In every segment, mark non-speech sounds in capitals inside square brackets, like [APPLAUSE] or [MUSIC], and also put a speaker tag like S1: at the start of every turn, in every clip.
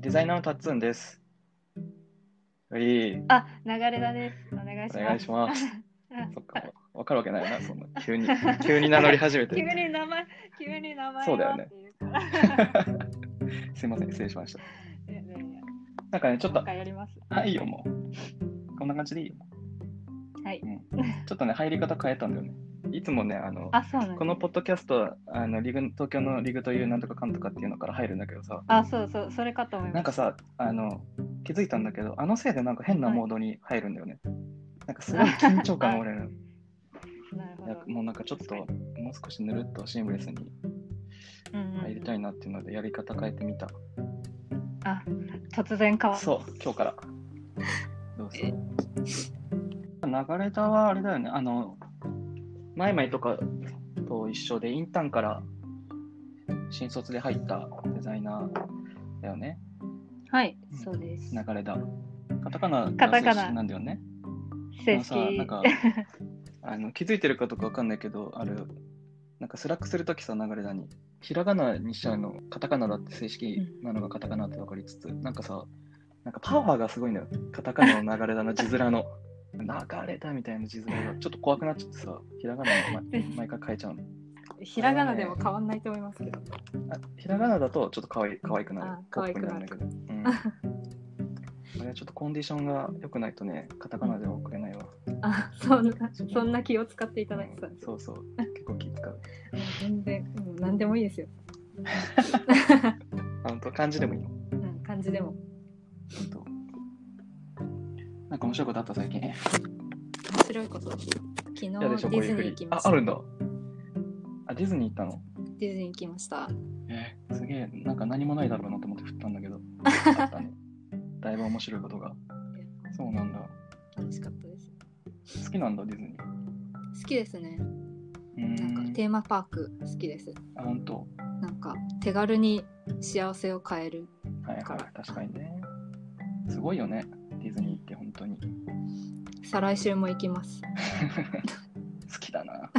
S1: デザイナーのたっつんです。はい、
S2: あ、流れだです。お願いします。。
S1: お願いしますそっか、わかるわけないな、そんな急に、急に名乗り始め
S2: 急に [LAUGHS]
S1: て。
S2: 名前、急に名前
S1: そうだよね
S2: はっていうから。
S1: すいません、失礼しました。
S2: いやいやいや
S1: なんかね、ちょっ
S2: も
S1: と
S2: う一、回やります。
S1: はいよ、もう。こんな感じでいいよ。
S2: はい。
S1: うん、ちょっとね、入り方変えたんだよね。いつもね、あの、
S2: あ、そうなん
S1: このポッドキャストは、あのリグ東京のリグというなんとかかんとかっていうのから入るんだけどさ、
S2: あ、そうそう、それかと思い
S1: な
S2: ま
S1: ん
S2: す。
S1: かさ、あの、気づいたんだけど、あのせいでなんか変なモードに入るんだよね。なんかすごい緊張感が俺ら。
S2: なるほ
S1: いや
S2: ど。
S1: もうなんかちょっと、もう少しぬるっとシームレスに
S2: うんうん
S1: 入りたいなっていうので、やり方変えてみた。
S2: あ、突然変わった。
S1: そう、今日から。どうぞ。流れ田はあれだよね、あの、マイマイとかと一緒で、インターンから新卒で入ったデザイナーだよね、
S2: はい
S1: うん、
S2: そうです。
S1: 流れ田。カタカナ
S2: カタカナ
S1: が正式なんだよね。
S2: 正
S1: あのさ
S2: 式
S1: なん。
S2: [LAUGHS]
S1: かあの気づいてるかとかわかんないけどあるなんかスラックするときさ流れだにひらがなにしちゃうのカタカナだって正式なのがカタカナって分かりつつ、なんかさなんかパワーがすごいのよカタカナの流れだの字面の流れだみたいな字面がちょっと怖くなっちゃってさひらがなを毎毎回変えちゃうの
S2: ひらがなでも変わんないと思いますけど。
S1: あひらがなだとちょっとかわい可愛くなる
S2: あ可愛くなる
S1: ポップになるんだけど、うん、あれはちょっとコンディションが良くないとねカタカナでは送れないわ
S2: あ、そんな、そんな気を使っていただいてたんです。
S1: そうそう結構気使う
S2: もう全然、もう何でもいいですよ。
S1: あの漢字でもいいの
S2: うん、漢字でも。
S1: えっとなんか面白いことあった最近。
S2: 面白いこと。昨日デ
S1: 嫌
S2: ィ
S1: でし
S2: ズ
S1: ょ、
S2: ニ
S1: こういうふ
S2: ー
S1: う
S2: 行
S1: に
S2: き。ま
S1: あ
S2: し、
S1: あ
S2: た。
S1: るんだ。あ、ディズニー行ったの。
S2: ディズニー行きました。
S1: えーすげえ、なんか何もないだろうなと思って振ったん [LAUGHS] だけど。あったねだいぶ面白いことが。そうなんだ。
S2: 楽しかったです。
S1: 好きなんだ、ディズニー。
S2: 好きですね。
S1: うーん
S2: なんかテーマパーク好きです。
S1: あ、本当。
S2: なんか手軽に幸せを変える。
S1: はいはい
S2: だから、
S1: 確かにね。すごいよね、ディズニーって本当に。
S2: 再来週も行きます。
S1: 好きだ
S2: [LAUGHS]
S1: な。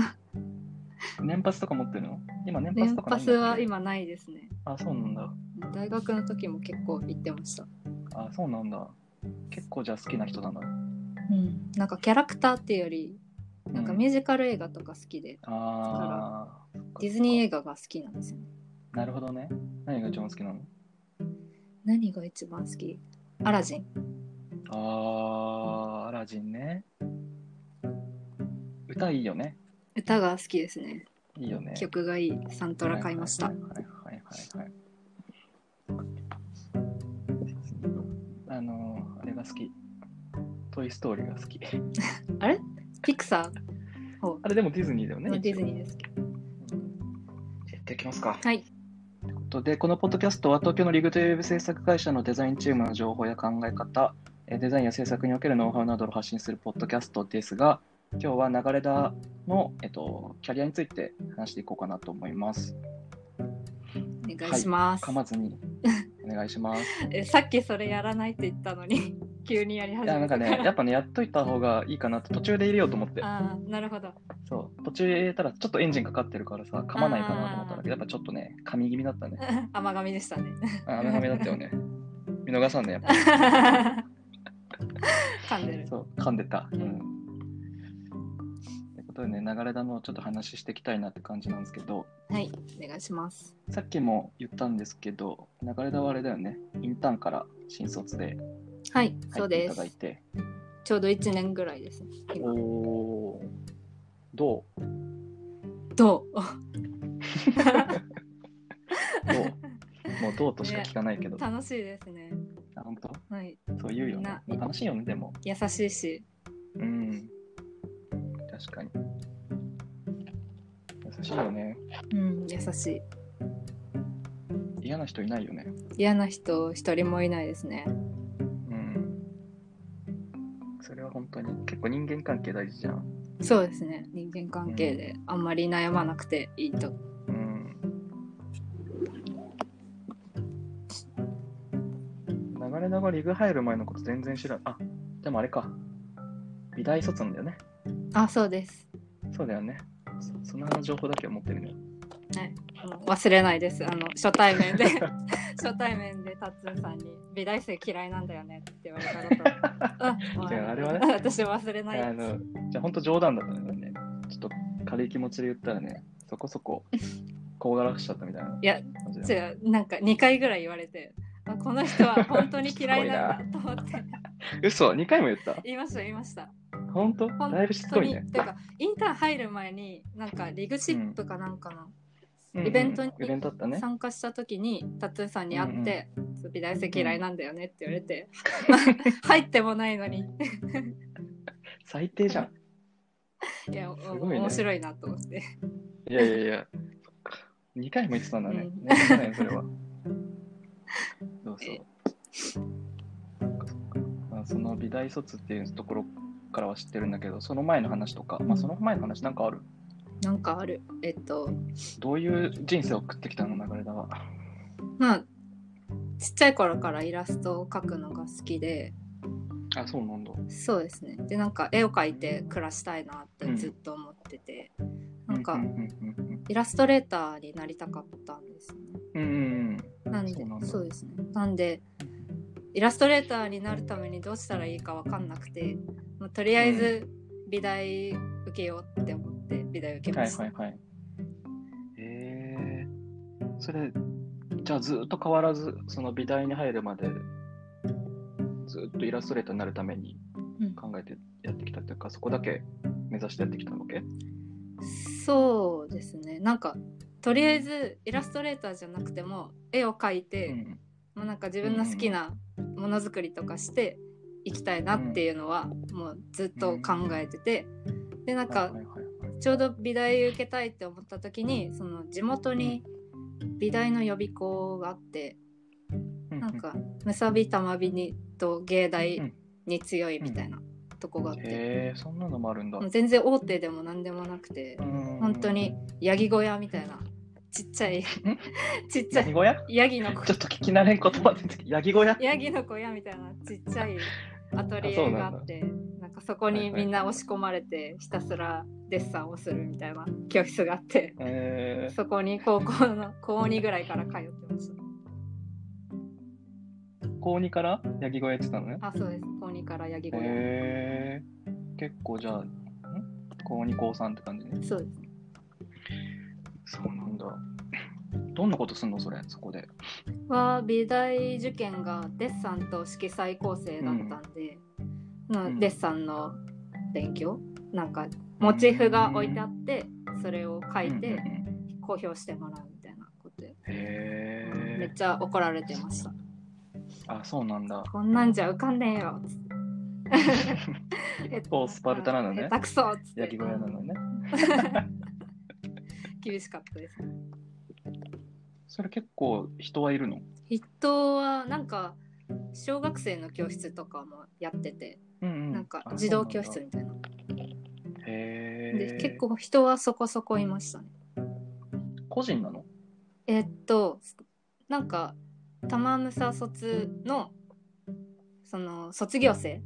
S1: 年パスとか持ってるの今年パス
S2: 年
S1: とかな
S2: パ
S1: いん
S2: ス
S1: だっけ
S2: は。今ないですね。
S1: あ、そうなんだ。
S2: 大学の時も結構行ってました。
S1: あ、そうなんだ。結構じゃあ好きな人なんだ。
S2: うん。なんかキャラクターっていうより、なんか
S1: う
S2: ミュージカル映画とか好きで、
S1: ああ。
S2: ディズニー映画が好きなんですよね。
S1: なるほどね。何が一番好きなの
S2: 何が一番好きアラジン。
S1: あー、アラジンね。歌いいよね。
S2: 歌が好きですね。
S1: いいよね。
S2: 曲がいい。サントラ買いました。
S1: はいはいはいはい、はい。あのー、あれが好き。トイ・ストーリーが好き。
S2: ピクサ
S1: あれでもディズニーだよ
S2: ー
S1: ね。
S2: のディズ
S1: ニ
S2: ニーですけど。
S1: ー。やっていきますか。
S2: はい。
S1: とで、このポッドキャストは東京のリグというウェブ制作会社のデザインチームの情報や考え方、えーデザインや制作におけるノウハウなどを発信するポッドキャストですが、今日は流れ田の、えっと、キャリアについて話していこうかなと思います。
S2: お願いします。
S1: 噛まず [LAUGHS] にお願いします。
S2: えさっきそれやらないって言ったのに [LAUGHS] 急にやり始
S1: い
S2: め
S1: や
S2: た
S1: なんかね、やっぱね、やっといた方がいいかなって、途中で入れようと思って、
S2: ああなるほど [LAUGHS]
S1: そう途中で入れたらちょっとエンジンかかってるからさ、噛まないかなと思ったんだけど、やっぱちょっとね、噛み気味だったね。
S2: 甘噛みでしたね
S1: あ、甘噛みだったよね。見逃さんね、や
S2: [LAUGHS]
S1: っぱ。
S2: 噛んでる
S1: そう、噛んでた。う
S2: うん
S1: ん。ということでね、流れだのをちょっと話していきたいなって感じなんですけど、
S2: はいお願いします
S1: さっきも言ったんですけど、流れだはあれだよね、インターンから新卒で
S2: はい
S1: 入
S2: そう
S1: ってい
S2: で
S1: た
S2: す
S1: だいて、
S2: ちょうど1年ぐらいですね今
S1: おー
S2: [LAUGHS]
S1: どう
S2: どう
S1: どうもうどうとしか聞かないけど、
S2: 楽しいですね
S1: あ本当
S2: はい
S1: そう言うよね
S2: み。んな
S1: 楽しいよね、でも。
S2: 優しいし
S1: うん。確かに。優しいよね。
S2: うん優しい
S1: 嫌な人いないよね。
S2: 嫌な人一人もいないですね
S1: うん。それは本当に結構人間関係大事じゃん。
S2: そうですね人間関係であんまり悩まなくていいと
S1: うん。流れ流れリグ入る前のこと全然知らん。あ、でもあれか。美大卒なんだよね。
S2: あそうです
S1: そうだよね。そその情報だけは持ってるね。
S2: もう忘れないです。あの初対面で [LAUGHS] 初対面でタッツンさんに美大生嫌いなんだよねって言われたこと。あ
S1: じゃああれはね
S2: 私忘れない
S1: あ
S2: です。
S1: のじゃあ本当冗談だったんだよね。ちょっと軽い気持ちで言ったらね、そこそこ怖がらしちゃったみたいな。
S2: [LAUGHS] いや
S1: 感じだ
S2: 違
S1: ね
S2: うなんか2回ぐらい言われてあこの人は本当に嫌いなんだと思って
S1: 嘘、2回も言った。
S2: 言いました言いました
S1: 本当
S2: 本
S1: だいぶしつ
S2: 当
S1: こい
S2: に
S1: ね。
S2: てかインターン入る前になんかリグシップかなんかの、
S1: うんうん
S2: イベントに
S1: イベントだったね。
S2: 参加した時にタトゥーさんに会って「美大生嫌いなんだよね」って言われて [LAUGHS] 「入ってもないのに」
S1: 最低じゃん。
S2: いやお
S1: すごいね
S2: 面白いなと思って
S1: いやいやいや、そっか。2回も言ってたんだね。
S2: うん
S1: ねそうだよそれは。そうそう。そっかそっかまあその美大卒っていうところからは知ってるんだけど、その前の話とか、まあ、その前の話なんかある
S2: なんかあるえっと
S1: どういう人生を送ってきたの流れだわ。
S2: まあちっちゃい頃からイラストを描くのが好きで、
S1: あ、そうなんだ。
S2: そうですねでなんか絵を描いて暮らしたいなってずっと思ってて、なんか
S1: うんうん
S2: イラストレーターになりたかったんですね
S1: うんうんうん
S2: なんで
S1: そ
S2: そう
S1: なんだ
S2: うですねなんでイラストレーターになるためにどうしたらいいか分かんなくて、まあとりあえず美大受けようって思って美大受
S1: うん。
S2: け
S1: は
S2: ま
S1: い
S2: した、
S1: はいはい。えー、それ、じゃあずっと変わらず、その美大に入るまで、ずっとイラストレーターになるために
S2: うん
S1: 考えてやってきたというか、そこだけ目指してやってきたわけ
S2: そうですねなんかとりあえずイラストレーターじゃなくても絵を描いて、
S1: うん。
S2: もうなんか自分の好きなものづくりとかしていきたいなっていうのはもうずっと考えてて、で
S1: は
S2: なん
S1: い
S2: か
S1: はいはいはい
S2: ちょうど美大受けたいって思った時にその地元に美大の予備校があって
S1: う
S2: なんかむさびたまびにと芸大に強いみたいなとこがあって、
S1: へえー、そんなのもあるんだ。
S2: もう全然大手でも何でもなくて
S1: 本
S2: 本当。にヤギ小屋みたいなちっちゃい [LAUGHS] ちっちゃ
S1: 何
S2: い
S1: 小屋
S2: ヤギの子
S1: ちょっと聞き慣れん言葉で、ヤギ小屋
S2: ヤギの小屋みたいなちっちゃいアトリエがあってなんかそこにみんな押し込まれてひたすらデッサンをするみたいな教室があって
S1: えー、
S2: そこに高校の高2ぐらいから通ってまし
S1: 高2からヤギ小屋やってたのね。
S2: たあそうです高2からヤギ小屋
S1: へえ結構じゃあん高2高3って感じね
S2: そうです
S1: そうなんだどんなことすんのそれそこで
S2: は美大受験がデッサンと色彩構成だったんで、まあ
S1: うん
S2: デッサンの勉強なんかモチーフが置いてあってそれを書い
S1: うんう
S2: て
S1: んうん
S2: 公表してもらうみたいなことでめ
S1: へ
S2: っ
S1: え
S2: ちゃ怒られてました。
S1: あそうなん
S2: [LAUGHS]
S1: だ
S2: こんなんじゃ浮かんねえよ。つって
S1: 結構スパルタなのね
S2: 下手くそっつって。
S1: 焼き小屋なのね
S2: 厳しかったです。
S1: それ結構人はいるの
S2: 人はなんか小学生の教室とかもやってて、
S1: うん
S2: なんか児童教室みたいな。
S1: へ
S2: で
S1: え
S2: 結構人はそこそこいましたね。
S1: 個人なの
S2: えっとなんか玉武蔵卒のその卒業生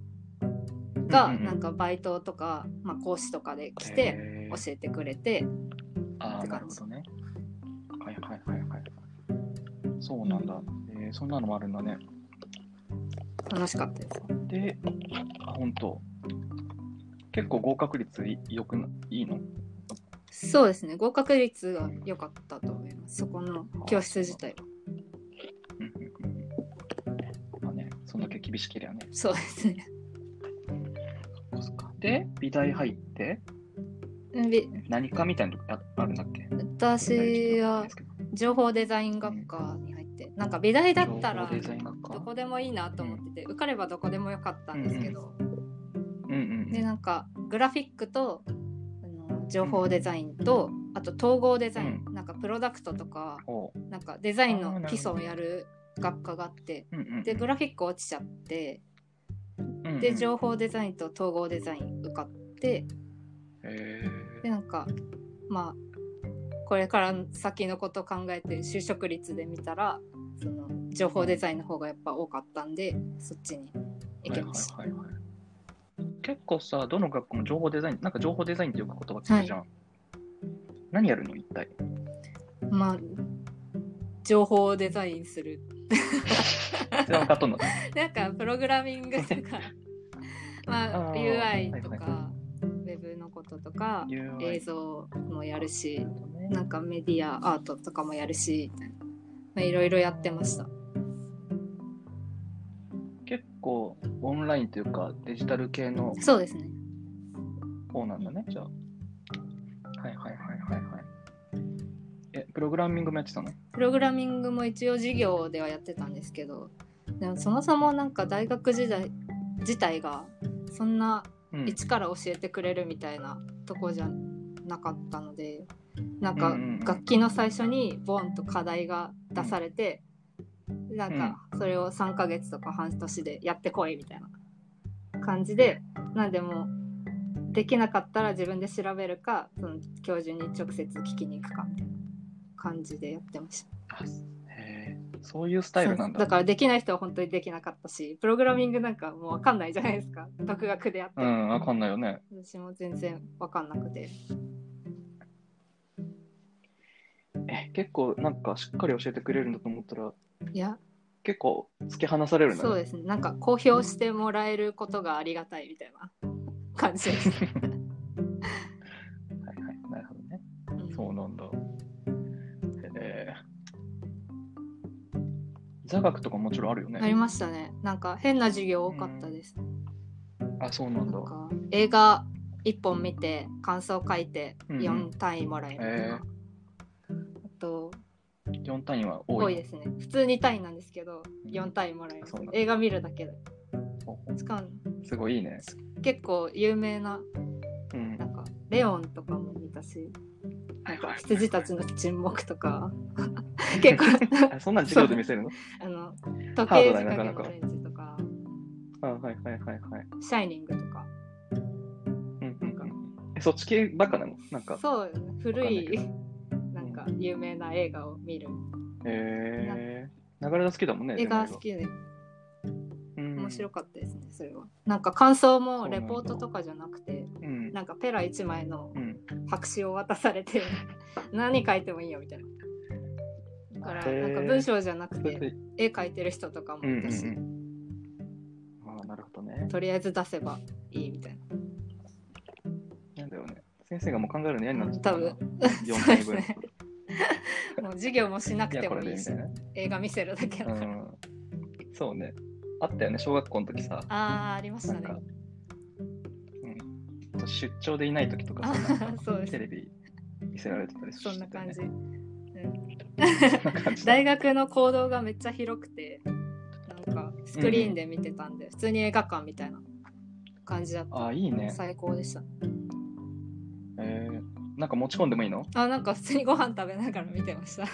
S2: が
S1: うんうんうん
S2: なんかバイトとか、まあ、講師とかで来て
S1: へ
S2: 教
S1: ー
S2: えてくれて、
S1: あーな
S2: って
S1: る
S2: 感
S1: ほ
S2: じ
S1: どねはいはいはいはいそうなんだ、えー、そんなのもあるんだね
S2: 楽しかったです。
S1: で、あ、本当。結構合格率いよくないいの
S2: そうですね合格率が良かったと思いますそこの教室自体は
S1: うんうんうんまあね、そんだけ厳しけりゃね。
S2: そうで
S1: [LAUGHS]
S2: すね
S1: そっかそっかで、美大入って、
S2: で
S1: 何かみたいなのああるんだっけ
S2: 私は情報デザイン学科に入ってなんか美大だったら
S1: 情報デザイン学科
S2: どこでもいいなと思ってて受かればどこでもよかったんですけど
S1: うんうん
S2: でなんかグラフィックとあの情報デザインとあと統合デザインなんかプロダクトとか
S1: おう
S2: なんかデザイン
S1: あーな
S2: の
S1: るほど
S2: 基礎をやる学科があって
S1: うんうん
S2: でグラフィック落ちちゃって
S1: うんうん
S2: で情報デザインと統合デザイン受かって
S1: へ
S2: でなんかまあこれから先のことを考えて就職率で見たらその情報デザインの方がやっぱ多かったんでそっちに
S1: ー
S2: 行きました。
S1: はいはいはいはい結構さ、どの学校も情報デザイン、なんか情報デザインってよく言葉聞くじゃん。何やるの一体
S2: まあ情報をデザインする
S1: それはカットに
S2: [LAUGHS]
S1: なった。
S2: なんかプログラミングと
S1: [LAUGHS]
S2: かまあ
S1: あー
S2: UI と
S1: はいはい
S2: かウェブのこととか
S1: UI
S2: 映像もやるし
S1: な
S2: なんんかメディアアートとかもやるしみたいなまあいろいろやってました
S1: 結構オンラインというかデジタル系の
S2: そうですね
S1: 方なんだね、じゃあ。はいはいはいはいはい。え、プログラミングもやってたの
S2: プログラミングも一応授業ではやってたんですけどでもそもそもなんか大学時代自体がそんな
S1: うん。
S2: 一から教えてくれるみたいなとこじゃなかったのでなんか
S1: うんうんうん
S2: 楽器の最初にボンと課題が出されて、なんかそれを3ヶ月とか半年でやってこいみたいな感じでなんでもうできなかったら自分で調べるかその教授に直接聞きに行くかみたいな感じでやってまし
S1: へ
S2: た。
S1: え、そういうスタイルなんだ。
S2: そうからできない人は本当にできなかったしプログラミングなんかもう分かんないじゃないですか独学でやっ
S1: う
S2: ても
S1: ん、わかんないよね。
S2: 私も全然分かんなくて
S1: え、結構なんかしっかり教えてくれるんだと思ったら、
S2: いや
S1: 結構突き放されるんだね
S2: そうですねなんか公表してもらえることがありがたいみたいな感
S1: [LAUGHS]
S2: じです、
S1: はいはい、なるほどね。
S2: うん
S1: そうなんだ。えー、座学とかもちろんあるよ
S2: あり
S1: ね。
S2: ましたねなんか変な授業多かったです、
S1: あ、そうなんだ
S2: なん。か映画1本見て感想書いて
S1: うんうん
S2: 4単位もらえるとか、
S1: へー
S2: あと
S1: 4単位は
S2: 多
S1: 多
S2: い
S1: い。
S2: ですね普通に単位なんですけど
S1: うん
S2: 4単位もらえる
S1: そうなんだ
S2: 映画見るだけで
S1: ほ
S2: しかも
S1: すごいいいね。
S2: 結構有名な
S1: うん
S2: な。んかレオンとかも見たしなんか羊たちの沈黙とか [LAUGHS] 結構
S1: [LAUGHS] あそんなん授業で見せるの
S2: あの時
S1: ハー
S2: 計
S1: ド
S2: 仕
S1: だね
S2: 掛け
S1: な
S2: の
S1: かな
S2: オ
S1: か
S2: レンジとか
S1: あはいはいはいはい。
S2: シャイニングとか
S1: うんうんうんえそっち系ばっかなのなんか。
S2: そう古い
S1: わ
S2: なんか有名な映画を見る
S1: えー。流れが好きだもんね。
S2: 映画好きで面
S1: 面
S2: 白
S1: く。
S2: かったですねそれはなんか感想
S1: そ
S2: も
S1: うな
S2: レ
S1: んだ
S2: ポートとかじゃなくて
S1: うん。
S2: なんかペラ1枚の
S1: うん。
S2: 白紙を渡さ
S1: [LAUGHS]
S2: れて何書いてもいいよみたいなだから
S1: へー
S2: なんか文章じゃなく
S1: それ
S2: て
S1: で
S2: 絵描いてる人とかも
S1: うんうん
S2: いたし
S1: うん。あーなるほどね。
S2: とりあえず出せばいいみたい
S1: なんだよね。先生がもう考えるの嫌になっちゃったな。
S2: うん多
S1: 4単位分。
S2: そうなもう授業もしなく
S1: い
S2: て
S1: や、こ
S2: も
S1: れ
S2: い
S1: で
S2: い
S1: み
S2: した
S1: いな。
S2: 映画見せるだけだ
S1: う
S2: から、
S1: ん。そうね。あったよね、小学校の時さ。
S2: あーありまし
S1: な
S2: た
S1: ん
S2: ね
S1: か、うん、出張でいない時とかさ、なんか
S2: [LAUGHS] そうです
S1: テレビ見せられてたりして
S2: そ
S1: たよ
S2: んな感
S1: ね
S2: じ、
S1: そん [LAUGHS] な感じだ
S2: 大学の行動がめっちゃ広くてなんかスクリーンで見てたんで、普通に映画館みたいな感じだっ
S1: あ、いい
S2: た
S1: ね。
S2: 最高でした
S1: えー、なんか持ち込んでもいいの
S2: あなんか普通にご飯食べながら見てました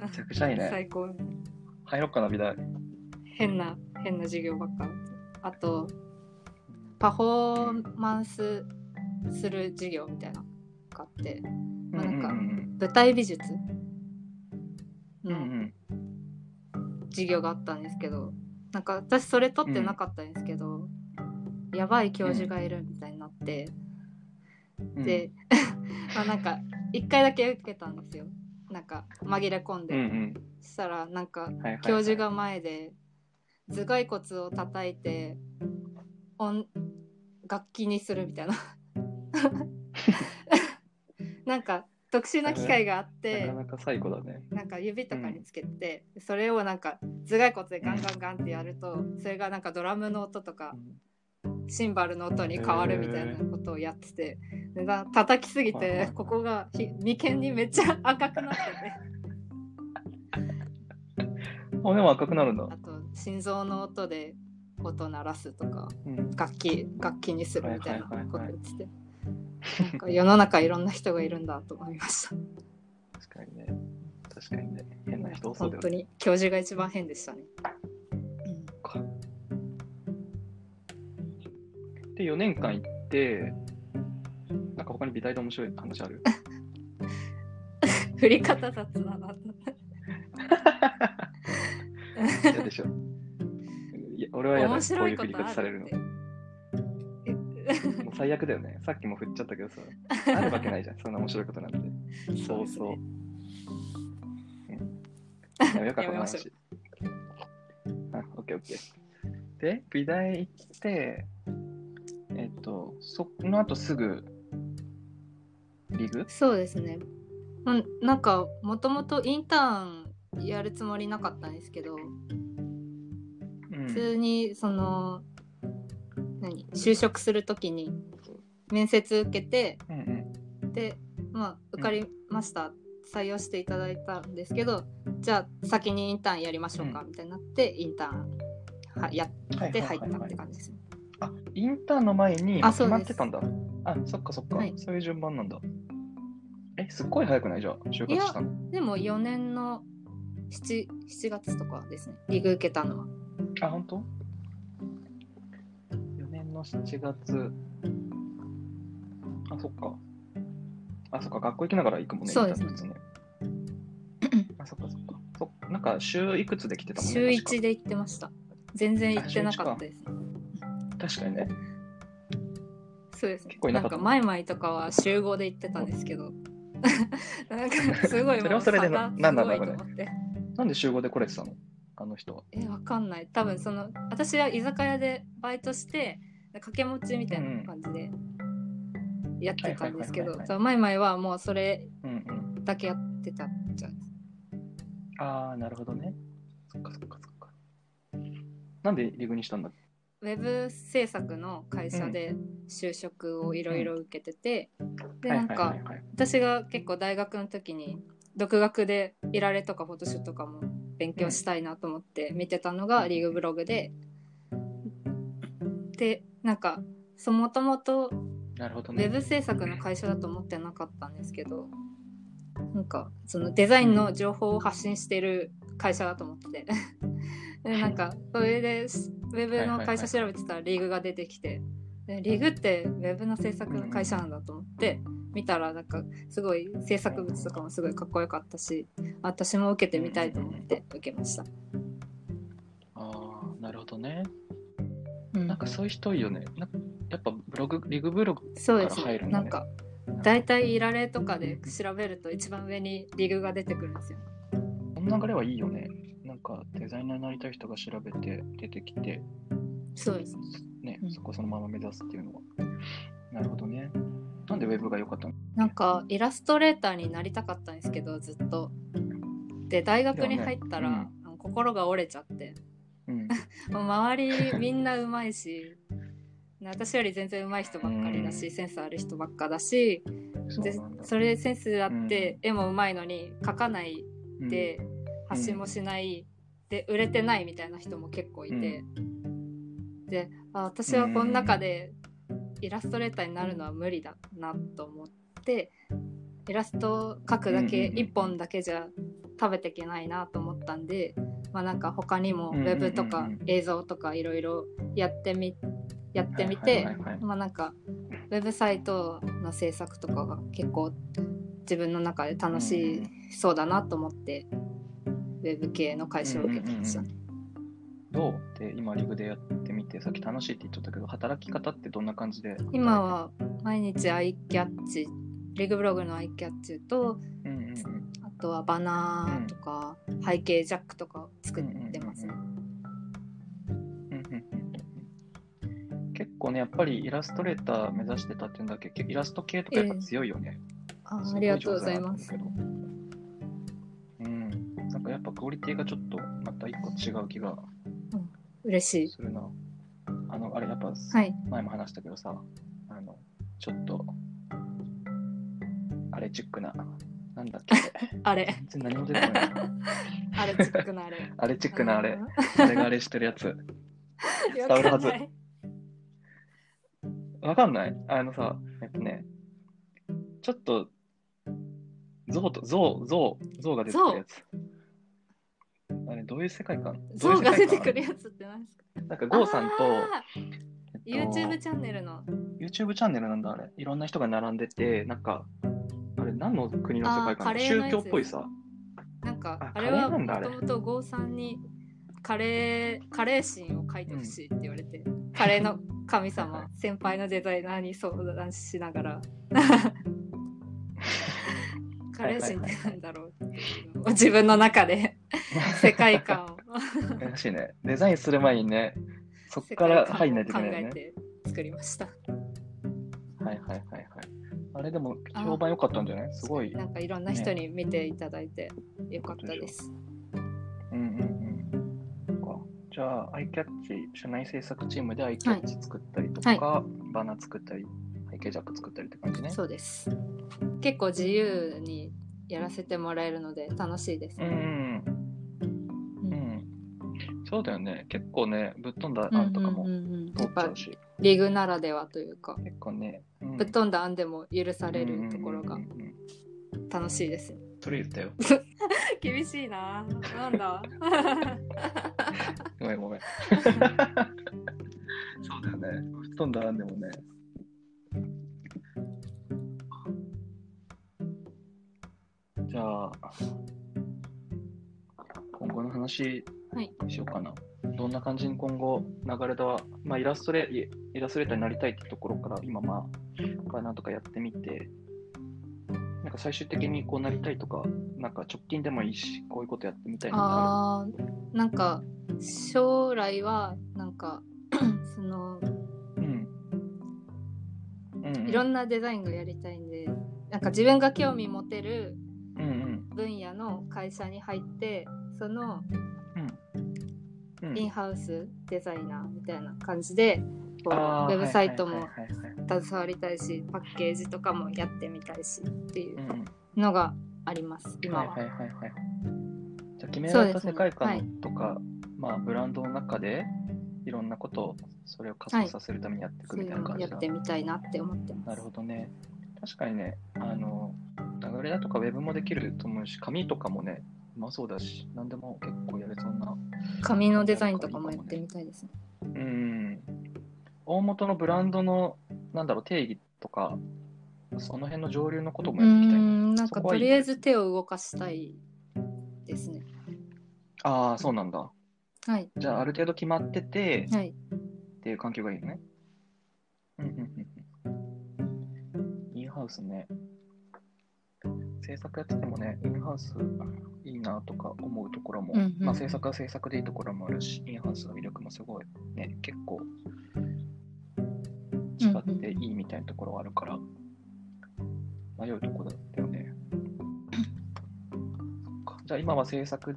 S1: めちゃくちゃいいね。
S2: 最高
S1: 入ろっかな、美大。
S2: 変な変な授業ばっかあとパフォーマンスする授業みたいなのがあってまあなんか
S1: うん
S2: 舞台美術
S1: うんうんうんう
S2: の
S1: ん
S2: 授業があったんですけどなんか私それ取ってなかったんですけど、やばい教授がいるみたいになって、
S1: うん。
S2: で [LAUGHS] まあなんか1回だけ受けたんですよなんか紛れ込んで、
S1: うんうん、
S2: したらなんか
S1: はいはいはい
S2: 教授が前で頭蓋骨を叩いて音楽器にするみたいな [LAUGHS] なんか特殊な機械があって
S1: なかなか最高だね。
S2: なんか指とかにつけて、それをなんか頭蓋骨でガンガンガンってやると、それがなんかドラムの音とかシンバルの音に変わるみたいなことをやってて、でな叩きすぎ
S1: はいは
S2: て
S1: い
S2: ここがひ眉間にめっちゃ赤くなってて
S1: 骨も赤くなるんだ。
S2: あと心臓の音で音鳴らすとか
S1: うん、
S2: 楽器楽器にするみたいな
S1: はいはい
S2: こと
S1: はいは
S2: 言っ
S1: い
S2: てて、なんか世の中いろんな人がいるんだと思いま
S1: [LAUGHS]
S2: した。
S1: 確かにね。確かにね。変な人多そうだ
S2: 本
S1: よ
S2: 当
S1: ね。
S2: に教授が一番変でしたね。
S1: で、4年間行って、なんか他に美大で面白い話あ
S2: [LAUGHS]
S1: る
S2: うん振り方雑だなと。
S1: 嫌でしょ。いや俺は嫌だ。
S2: 面
S1: こ
S2: 白
S1: うい
S2: いうこ
S1: 振り
S2: とあ
S1: 方
S2: る
S1: されるの
S2: って。え
S1: もう最悪だよね。さっきも振っちゃったけどさ、あるわけないじゃん。そんな面白いことなんて。そうそう。うんやめようか、
S2: や
S1: この
S2: めましょ
S1: 話。あ、オッケーオッケー。で、美大行って、えっと、その後すぐ、リグ
S2: そうですね。うん、なんかもともとインターンやるつもりなかったんですけど、
S1: う
S2: 普
S1: ん。
S2: 通にその何就職するときに面接受けて
S1: うんうん。
S2: でまあ受かりました、採用していただいたんですけどじゃあ先にインターンやりましょうか、みたいになってインターンはやっ
S1: はい
S2: て
S1: は
S2: 入
S1: い
S2: った
S1: はいは
S2: っ
S1: い
S2: て感じですね。
S1: あ、インターンの前に
S2: あ
S1: 決まってたんだ。あ、そっかそっか、
S2: はい
S1: そういう順番なんだ。え、すっごい早くないじゃあ、就活したの。
S2: でも4年の 7, 7月とかですねリグ受けたのは。
S1: あ、本当 ?4 年の7月。あ、そっか。あ、そっか、学校行きながら行くもんね、
S2: そうですね
S1: インターン
S2: [CLEARS THROAT]
S1: のやつねあ、そっかそっか。そっなんか、週いくつで来てたもんね。
S2: 週
S1: 確
S2: 1で行ってました全然行ってなかったです
S1: か確かにね。
S2: そうですね
S1: 結構いな
S2: な
S1: かっ
S2: ん
S1: た
S2: かマイマイとかは週5で行ってたんですけど [LAUGHS] なんかすごい
S1: それはそれでな
S2: 差がすごい
S1: なん
S2: と
S1: なんだ
S2: 思って
S1: なんで週5で来れてたのあの人は。
S2: えわかんない多分その私は居酒屋でバイトして掛け持ちみたいな感じでやってたんですけ
S1: はい
S2: ど
S1: はいはいはいはい
S2: そうマイマイはもうそれ
S1: うんうん。
S2: だけやってたんじゃないです
S1: ああ、なるほどね。そっかそっかそっか。なんでリグにしたんだっけ
S2: ウェブ制作の会社で就職をいろいろ受けてて、でなんか、
S1: はいはいはいはい、
S2: 私が結構大学の時に独学でいられとかフォトシュとかも勉強したいなと思って見てたのがリーグブログででなんかそもともと
S1: なるほど
S2: ウ
S1: ね。
S2: ェブ制作の会社だと思ってなかったんですけどなんかそのデザインの情報を発信してる会社だと思って [LAUGHS] てでなんかそれでウェブの会社調べてたらリーグが出てきてでリーグってウェブの制作の会社なんだと思って見たらなんかすごい制作物とかもすごいかっこよかったし私も受けてみたいと思って受けました。
S1: ああ、なるほどね。
S2: うん
S1: なんかそういう人多いよね。なやっぱブログ、リグブログ。
S2: そうです
S1: から
S2: ね
S1: 入るんだ
S2: な
S1: ね
S2: んか大体いられとかで調べると一番上にリーグが出てくるんですよ。
S1: この流れはいいよね。なんかデザイナーになりたい人が調べて出てきて、
S2: そうです
S1: ね、
S2: うん
S1: そこそのまま目指すっていうのは。なるほどね。なんでウェブが良かったの
S2: なんかイラストレーターになりたかったんですけどずっと。で大学に入ったら、
S1: だよね
S2: 心が折れちゃって [LAUGHS]
S1: うん。
S2: もう周りみんなうまいし私より全然うまい人ばっかりだし、
S1: うん
S2: センスある人ばっかだし
S1: そう
S2: で
S1: なんだ。
S2: それでセンスあって、絵もうまいのに描かないで、発信もしない、で売れてないみたいな人も結構いて、であ私はこの中でイラストレーターになるのは無理だなと思ってイラストを描くだけ、
S1: うんうんうん
S2: 一本だけじゃ食べていけないなと思ったんで、まあ、なんか他にも
S1: う
S2: ウ
S1: んうんうんうん
S2: ェブとか映像とかいろいろやってみやってみて。
S1: はいはいはいはい
S2: まあなんかウェブサイトの制作とかが結構自分の中で楽しいそうだなと思って、ウェブ系の会社を受けてました、
S1: うんうんどうって今リグでやってみて、さっき楽しいって言っちゃったけど、働き方ってどんな感じで
S2: 今、は毎日アイキャッチリグブログのアイキャッチと
S1: うんうんうん、
S2: あとはバナーとか、背景ジャックとかを作ってます
S1: う
S2: ね、
S1: んうんうんうん結構ね、やっぱりイラストレーター目指してたっていうんだけど、イラスト系とかやっぱ強いよね。
S2: あ
S1: す
S2: あ
S1: ご
S2: り
S1: 上
S2: が
S1: 手
S2: とうございます
S1: だなと思うけどうん。なんかやっぱクオリティがちょっとまた一個違う気が
S2: 嬉しい
S1: するな。あの、あれやっぱ
S2: はい
S1: 前も話したけどさ、あの、ちょっと、アレチックな、なんだっ
S2: [LAUGHS]
S1: け、
S2: あれ
S1: 全然何も出てこない。
S2: [LAUGHS] あれチックなあれ
S1: ア [LAUGHS] レチックなあ
S2: [LAUGHS]
S1: れ、
S2: ー
S1: あれがあれしてるやつ。伝わるはず
S2: よくない
S1: わかんないあのさ、えっとね、ちょっと、象と、象、象、象が出てくるやつ。あれ、どういう世界観どういう
S2: 象
S1: 世
S2: が
S1: 界
S2: 出
S1: 観
S2: てくるやつって何ですか
S1: なんか、ゴーさんと、
S2: あ
S1: えっ
S2: ー
S1: と
S2: YouTube チャンネルの
S1: YouTube チャンネルなんだ、あれ。いろんな人が並んでて、なんか、あれ、何の国の世界
S2: あーカ
S1: 観
S2: レーの
S1: 宗
S2: やつ
S1: 教っぽいさ。
S2: なんか
S1: あ
S2: あれ
S1: カレ
S2: は
S1: ーなん
S2: も
S1: だあれ
S2: ともと
S1: [LAUGHS]
S2: 郷さんにカレーカレー心を書いてほしいって言われて、カレーの神
S1: はい
S2: 様
S1: は
S2: 先輩のデザイナーに相談しなが
S1: [LAUGHS]
S2: ら彼氏ってなんだろうっていうのを自分の中
S1: [LAUGHS]
S2: で世界観を
S1: 難しいね。デザインする前にね、そっ
S2: 世
S1: か
S2: 界
S1: ら入んない
S2: 観
S1: といけ
S2: を
S1: な
S2: 考
S1: いよ
S2: え
S1: ね。
S2: て作りました
S1: はいはいはいはい。あれでも評判良かったんじゃないすごい。
S2: なんかいろんな人に見ていただいてよかったです、
S1: うんうんうん。そっかじゃあ、アイキャッチ、社内制作チームでアイキャッチ作ったりとか、バナー作ったり、背景ジャック作ったりって感じね。
S2: そうです結構自由にやらせてもらえるので楽しいです
S1: うん
S2: ね、
S1: うんう
S2: うん
S1: ん。そうだよね。結構ね、ぶっ飛んだ案とかも
S2: うんうんうんうん
S1: 通っちゃ
S2: やっぱ
S1: うし、
S2: リグならではというか
S1: 結構ね、うん
S2: ぶっ飛んだ案でも許され
S1: うんうんうん
S2: る
S1: う
S2: と
S1: ん
S2: ころが楽しいです、
S1: それ言ったよ。
S2: [LAUGHS] 厳しいななん [LAUGHS] だ
S1: ごめんごめん。そうだよね。ぶっ飛んだ案でもね。じゃあ、今後の話
S2: はい
S1: しようかな。どんな感じに今後流れでは、まあ、イラストレイイラストレーターになりたいってところから今まあバナーとかやってみてなんか最終的にこうなりたいとかなんか直近でもいいしこういうことやってみたいな
S2: あーなんか将来はなん [LAUGHS] かその
S1: うんうんうん
S2: いろんなデザインがやりたいんでなんか自分が興味持てる
S1: うんうん
S2: 分野の会社に入ってその
S1: うん
S2: インハウスデザイナーみたいな感じでこうウ
S1: あー
S2: ェブサイト
S1: はい
S2: も
S1: はいはいはい
S2: 携わりたいしパッケージとかもやってみたいしっていううん
S1: うん
S2: のがあります今は。
S1: はいはいはいはいじゃあ決め
S2: そ
S1: ら
S2: う
S1: れ
S2: で
S1: た
S2: すね
S1: 世界
S2: は
S1: 観
S2: い
S1: とか、まあブランドの中でいろんなことをそれを加速させるためにやっていく
S2: そうい
S1: みたいうな
S2: のを
S1: 感
S2: や
S1: じ
S2: っ
S1: だ、
S2: てみたいなって思ってま
S1: な
S2: す
S1: るほ。どね確かにねあの流れだとかウェブもできると思うし紙とかもねうまそうだし何でも結構やれそうな
S2: 紙のデザインとかもやってみたいですね。
S1: うん大元のブランドのなんだろう定義とかその辺の上流のことも
S2: う
S1: やっていきたい
S2: ん、なん
S1: そ
S2: か
S1: こは
S2: と
S1: いい
S2: りあえず手を動かしたいですね。
S1: ああそうなんだ
S2: はい、
S1: じゃあある程度決まってて
S2: はい、
S1: っていう環境がいいよね。うんうんうんうんインハウスね。制作やっててもね、インハウスいいなとか思うところも、
S2: うんうん
S1: まあ制作は制作でいいところもあるし、インハウスの魅力もすごいね、結構違っていいみたいなところがあるから、迷うところだったよ
S2: [LAUGHS]
S1: ね。そっかじゃあ今は制作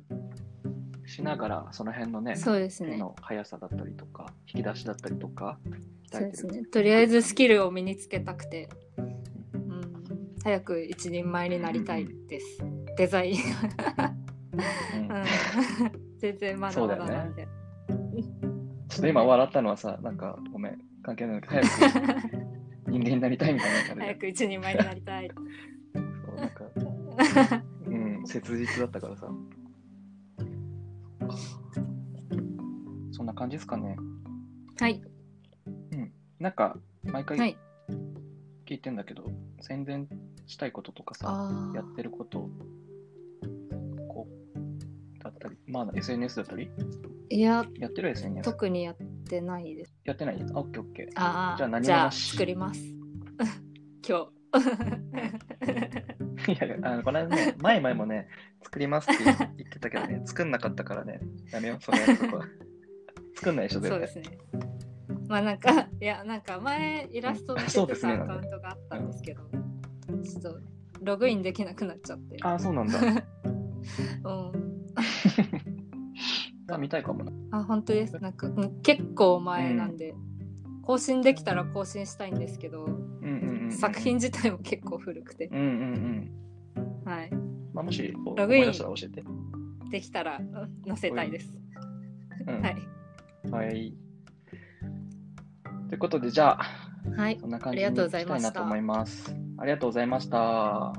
S1: しながら、その辺のね、
S2: そうです
S1: 手
S2: ね。
S1: の速さだったりとか、引き出しだったりとか、
S2: そう
S1: 鍛え
S2: で
S1: て
S2: す
S1: る。
S2: ね。とりあえずスキルを身につけたくて、うん、早く一人前になりたいです。デザイン、
S1: うん
S2: うん、 [LAUGHS] 全然まだ
S1: そう
S2: ま
S1: だ
S2: だ
S1: よね
S2: なんで。
S1: ちょっと今笑ったのはさ、なんかごめん、関係ない
S2: [LAUGHS]
S1: けど、早く人間になりたいみたいな感じ
S2: 早
S1: で、
S2: く一人前になりたい。
S1: そうなんか、
S2: [LAUGHS]
S1: うん、切実だったからさ。そんな感じですかね。
S2: はい、
S1: なんか、毎
S2: は
S1: 回
S2: い。
S1: 聞いてんだけど、宣伝したいこととかさ、
S2: あ
S1: やってること、こう、だったり、まあ、SNS だったり、
S2: ーいや、
S1: やってる SNS。
S2: 特にやってないです。
S1: やってないあ、オッケーオッケー。
S2: ああ、
S1: じゃあ何も
S2: じゃ
S1: な
S2: あ
S1: し
S2: 作ります。 [LAUGHS] 今日。
S1: [LAUGHS] いやいや、あのこの間ね、前々もね、作りますって言ってたけどね、
S2: [LAUGHS]
S1: 作んなかったからね、やめよう、その約束は。作んないでしょ、
S2: そう
S1: 絶
S2: ですね。まあなんか、いや、なんか前イラスト見
S1: そ
S2: せ
S1: うで
S2: て
S1: すね
S2: たアカウントがあったんですけど、ちょっとログインできなくなっちゃって。
S1: 対。ああ、そう
S2: [LAUGHS]
S1: なんだ。じ
S2: うん、
S1: ゃあ見たいかもな。
S2: あ、本当です。なんかうん結構前なんで、更新できたら更新したいんですけど、
S1: うんうんうんうん。
S2: 作品。自体も結構古くて、
S1: うんうんうん。
S2: はい。
S1: まあ、もし、こう
S2: ログイン
S1: 思い出したら教えて。
S2: できたらうん載せたいです。
S1: うん、
S2: はい。
S1: はい。ということで、じゃあ、
S2: はい
S1: そ。んな感じ
S2: あり
S1: に
S2: が
S1: し
S2: とうござ
S1: た
S2: い
S1: い
S2: ました
S1: なと思います。ありがとうございました。